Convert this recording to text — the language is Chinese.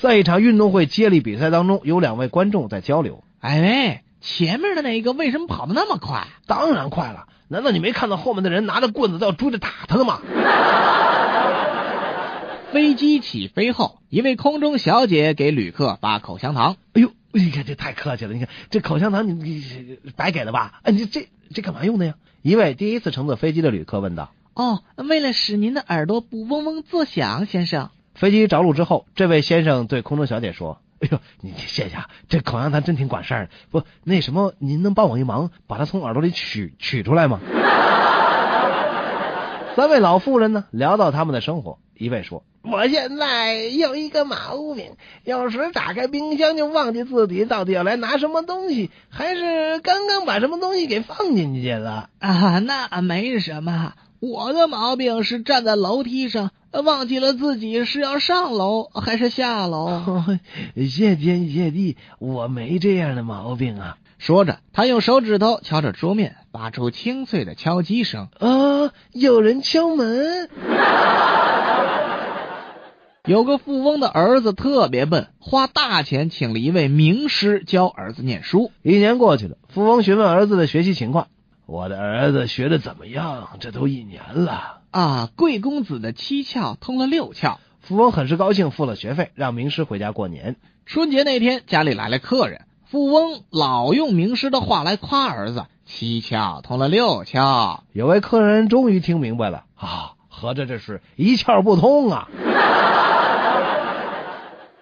在一场运动会接力比赛当中，有两位观众在交流。哎喂，前面的那一个为什么跑得那么快？当然快了，难道你没看到后面的人拿着棍子都要追着打他的吗？飞机起飞后，一位空中小姐给旅客发口香糖。哎呦，你看这太客气了，你看这口香糖你你白给了吧？哎，你这这干嘛用的呀？一位第一次乘坐飞机的旅客问道。哦，为了使您的耳朵不嗡嗡作响，先生。飞机着陆之后，这位先生对空中小姐说：“哎呦，你谢谢啊，这口香糖真挺管事儿的。不，那什么，您能帮我一忙，把它从耳朵里取取出来吗？” 三位老妇人呢，聊到他们的生活。一位说：“我现在有一个毛病，有时打开冰箱就忘记自己到底要来拿什么东西，还是刚刚把什么东西给放进去了。”啊，那没什么。我的毛病是站在楼梯上，呃忘记了自己是要上楼还是下楼。哦、 谢天谢地，我没这样的毛病啊！说着，他用手指头敲着桌面，发出清脆的敲击声。啊、哦，有人敲门！有个富翁的儿子特别笨，花大钱请了一位名师教儿子念书。一年过去了，富翁询问儿子的学习情况。我的儿子学的怎么样？这都一年了啊！贵公子的七窍通了六窍，富翁很是高兴，付了学费，让名师回家过年。春节那天，家里来了客人，富翁老用名师的话来夸儿子，七窍通了六窍。有位客人终于听明白了啊，合着这是一窍不通啊！